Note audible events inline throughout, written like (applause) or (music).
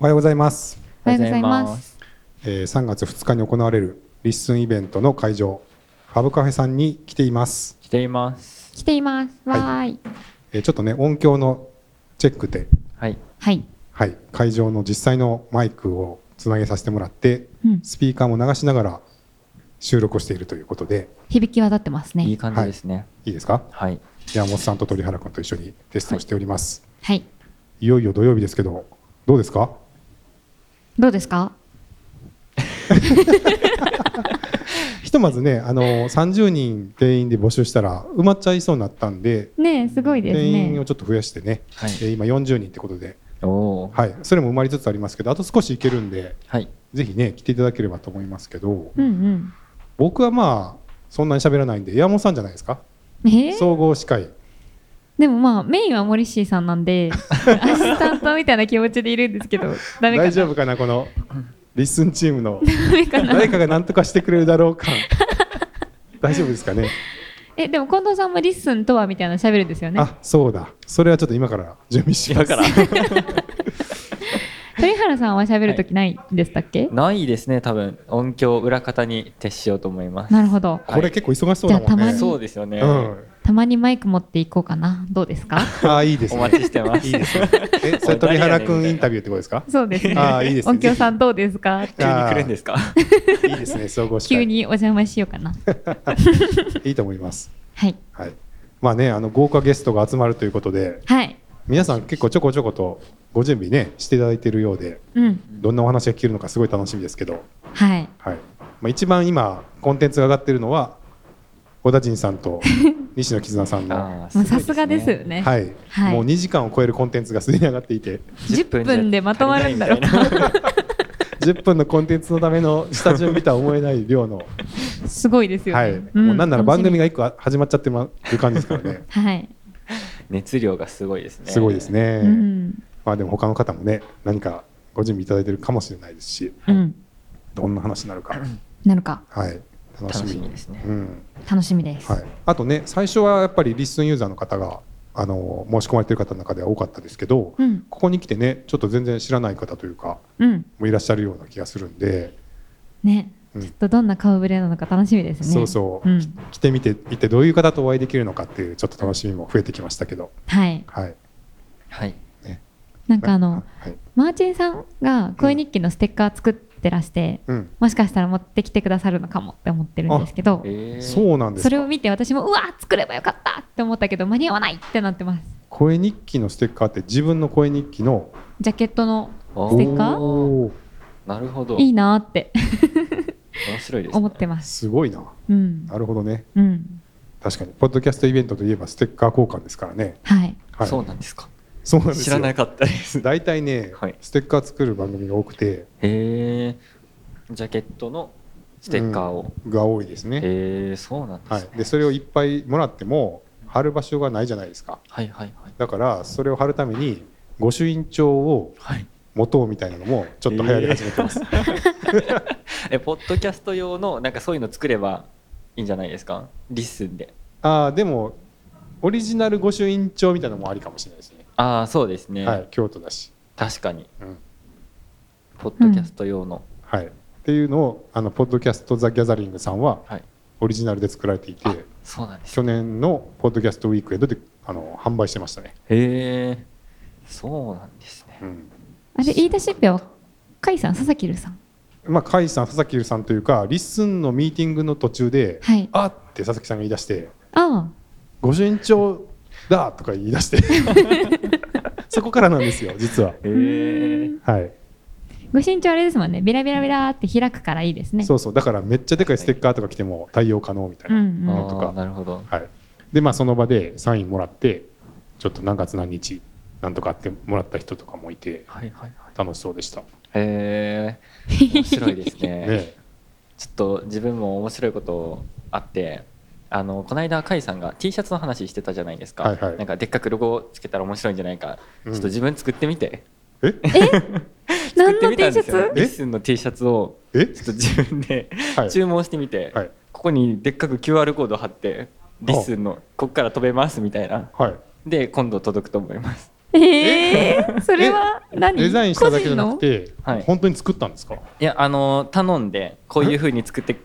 おはようございます、おはようございます。えー3月2日に行われるリッスンイベントの会場ファブカフェさんに来ています、来ています。来ています。はいわーい。えーちょっとね音響のチェックで、はい。はい。はい、会場の実際のマイクをつなげさせてもらってうん。スピーカーも流しながら収録をしているということで響き渡ってますいねい。感じですね。いいですかはい。山本さんと鳥原君と一緒にテストをしております、はい。い、よいよ土曜日ですけどどうですかどうですかひとまずねあの30人定員で募集したら埋まっちゃいそうになったんでねえ、すごいです定員ねを。ちょっと増やしてね、はいえー今40人ってことで、おおー。はい、それも埋まりつつありますけどあと少しいけるんではい。ぜひね来ていただければと思いますけどうん僕はまあそんなに喋らないんで山本さんじゃないですかうん。えー総合司会でもまあ、メインはモリッシーさんなん (laughs) で、アシスタントみたいな気持ちでいるんですけど、ダメかな大丈夫かなこのリッスンチームのダメかな誰かが何とかしてくれるだろう (laughs) か大丈夫ですかねえ、でも近藤さんもリッスンとはみたいなの喋るんですよね。あそうだそれはちょっと今から準備します今から鳥原さんは喋るときないんでしたっけないですね。多分音響裏方に徹しようと思います。なるほど。 (laughs) これ結構忙しそうだもんねじゃあたまにそうですよね。うんたまにマイク持っていこうかな。どうです (laughs) かああいいですおね待ちしてます。いいですねえそれ鳥原くんインタビューってことですかそう (laughs) ですね。あーいいですね音響さんどうですか (laughs) 急に来るんですか。いいですね総合司会急にお邪魔しようかな。いいと思います。はい。はい。まあね、あの豪華ゲストが集まるということで、はい。皆さん結構ちょこちょことご準備ねしていただいているようで、うん。どんなお話が聞けるのかすごい楽しみですけど、はい。はい。まあ一番今コンテンツが上がっているのは小田陣さん (laughs) と西野絆さんの、あーもうさすがですよ。ね。はい、はいもう2時間を超えるコンテンツがすでに上がっていて、 (laughs) 10分でまとまるんだろう足りないみたいな。 10分のコンテンツのための下準備とは思えない量 (laughs) の、すごいですよね。はい。もうなんなら番組が。。が1個始まっちゃってまる感じですからね (laughs) はい。熱量がすごいですね。すごいです。ね。うん。まあでも他の方もね何かご準備いただいてるかもしれないですしうん。どんな話になるかなのか、はい楽しみ楽しみですねうん楽しみです。はい、あとね最初はやっぱりリスンユーザーの方があの申し込まれてる方の中では多かったですけど、うん。ここに来てねちょっと全然知らない方というかうん。もういらっしゃるような気がするんで、ね。うんちょっとどんな顔ぶれなのか楽しみですね。そうそう、うんき来てみて一体どういう方とお会いできるのかっていうちょっと楽しみも増えてきましたけど、はい。はい、はい。なんかあの、はいマーチンさんが恋日記のステッカー作ってらして、うん、もしかしたら持ってきてくださるのかもって思ってるんですけど、えーそうなんですそれをか見て私も、うわ作ればよかったって思ったけど、間に合わないってなってます。声日記のステッカーって自分の声日記のジャケットのあステッカーおーなるほど。いいなーって面白いですね。思ってます。すごいなうん。なるほどねうん。確かにポッドキャストイベントといえばステッカー交換ですからね、はい。はい、そうなんですか。そうなんですよ知らなかったです。大体ね、はいステッカー作る番組が多くてへえジャケットのステッカーを、が多いですね、へえそうなんですはね、い、でそれをいっぱいもらっても貼る場所がないじゃないですかはいはいはいだからそれを貼るために御朱印帳をはい持とうみたいなのもちょっと流行り始めてます、えポッドキャスト用のなんかそういうの作ればいいんじゃないですかリスンでああでもオリジナル御朱印帳みたいなのもありかもしれないですね、ああそうですね、はい、京都だし、確かにうんポッドキャスト用の、はい、っていうのをあのポッドキャスト・ザ・ギャザリングさんははいオリジナルで作られていて、あそうなんです去年のポッドキャストウィークエンドであの販売してましたね、へえそうなんですねあれ、言い出しっぺは、甲斐さん、佐々木留さん。まあ、甲斐さん佐々木留さんというかリッスンのミーティングの途中で「はいあっ!」て佐々木さんが言い出してあ「ご身長だ!」とか言い出して (laughs) そこからなんですよ実はへあ。えうんはい、ご身長あれですもんね。ビラビラビラーって開くからいいですね。。そううそうだからめっちゃでかいステッカーとか来ても対応可能みたいんな、うん。あーととかかなるほどはい、でまあその場でサインもらってちょっと何月何日なんとか会ってもらった人とかもいてはいはいはい楽しそうでした、ねへえ面白いです (laughs) ねえ、ちょっと自分も面白いことあってあのこの間甲斐さんが T シャツの話してたじゃないですか、はいはいなんかでっかくロゴをつけたら面白いんじゃないか、うんちょっと自分作ってみて (laughs) え作っ何のてみた T んシでャすよツえリッスンの T シャツをえちょっと自分で、はい注文してみて、はいここにでっかく QR コード貼ってリッスンのここから飛べますみたいなはいで今度届くと思いますえー、それは何デザインしただけじゃなくて、個人のはい本当に作ったんですかいやあの頼んでこういう風に作って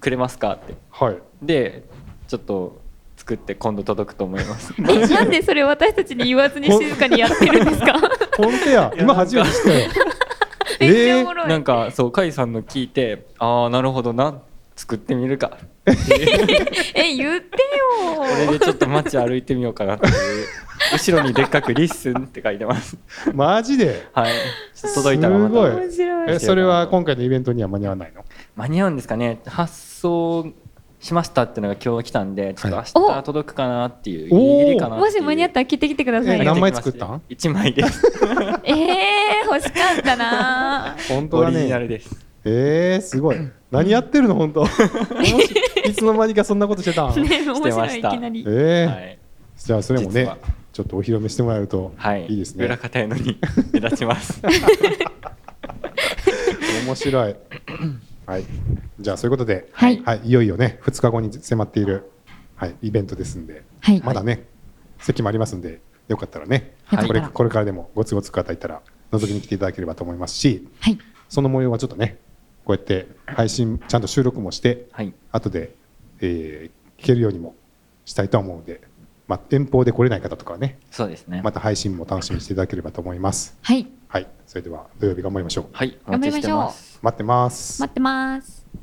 くれますかって (laughs) はいでちょっと作って今度届くと思います個人のえなんでそれ私たちに言わずに静かにやってるんですか本当やいや今初めて知った (laughs) よ (laughs) めっちゃおもろい、なんかそう甲斐さんの聞いてああなるほどな作ってみるかえ言ってこれよでちょっと街歩いてみようかなって (laughs) いう後ろにでっかく「リッスン」って書いてますマジではいちょっと届いたらますごいた面白いえすそれは今回のイベントには間に合わないの間に合うんですかね発送しましたっていうのが今日来たんでちょっと明はいお日届くかなっていうギリギリかなってもいうし間に合ったら切ってきてくださいえよ何枚作ったん ?1 (laughs) 枚ですえー、欲しかったな本当オだリジナルねですえー、すごい何やってるの (laughs) 本当もしいつの間にかそんなことしてたんーね面してま白いいしたきなえりーはいじゃあそれも実ねはちょっとお披露目してもらえるとはいいいですね、裏方やのに (laughs) 目立ちま (laughs) す面白いはいじゃあそういうことで、はいはい、いよいよね2日後に迫っている、はい、イベントですんではいまだね席もありますんでよかったらね、はいこれこれからでもご都合つく方いたら覗きに来ていただければと思いますしはいその模様はちょっとねこうやって配信ちゃんと収録もしてはい後で、えー聞けるようにもしたいと思うので、まあ、遠方で来れない方とかはねそうですねまた配信も楽しみにしていただければと思います。はいはい、それでは土曜日頑張りましょう。はいお頑張待ちしりまてしょうます待ってます。待ってます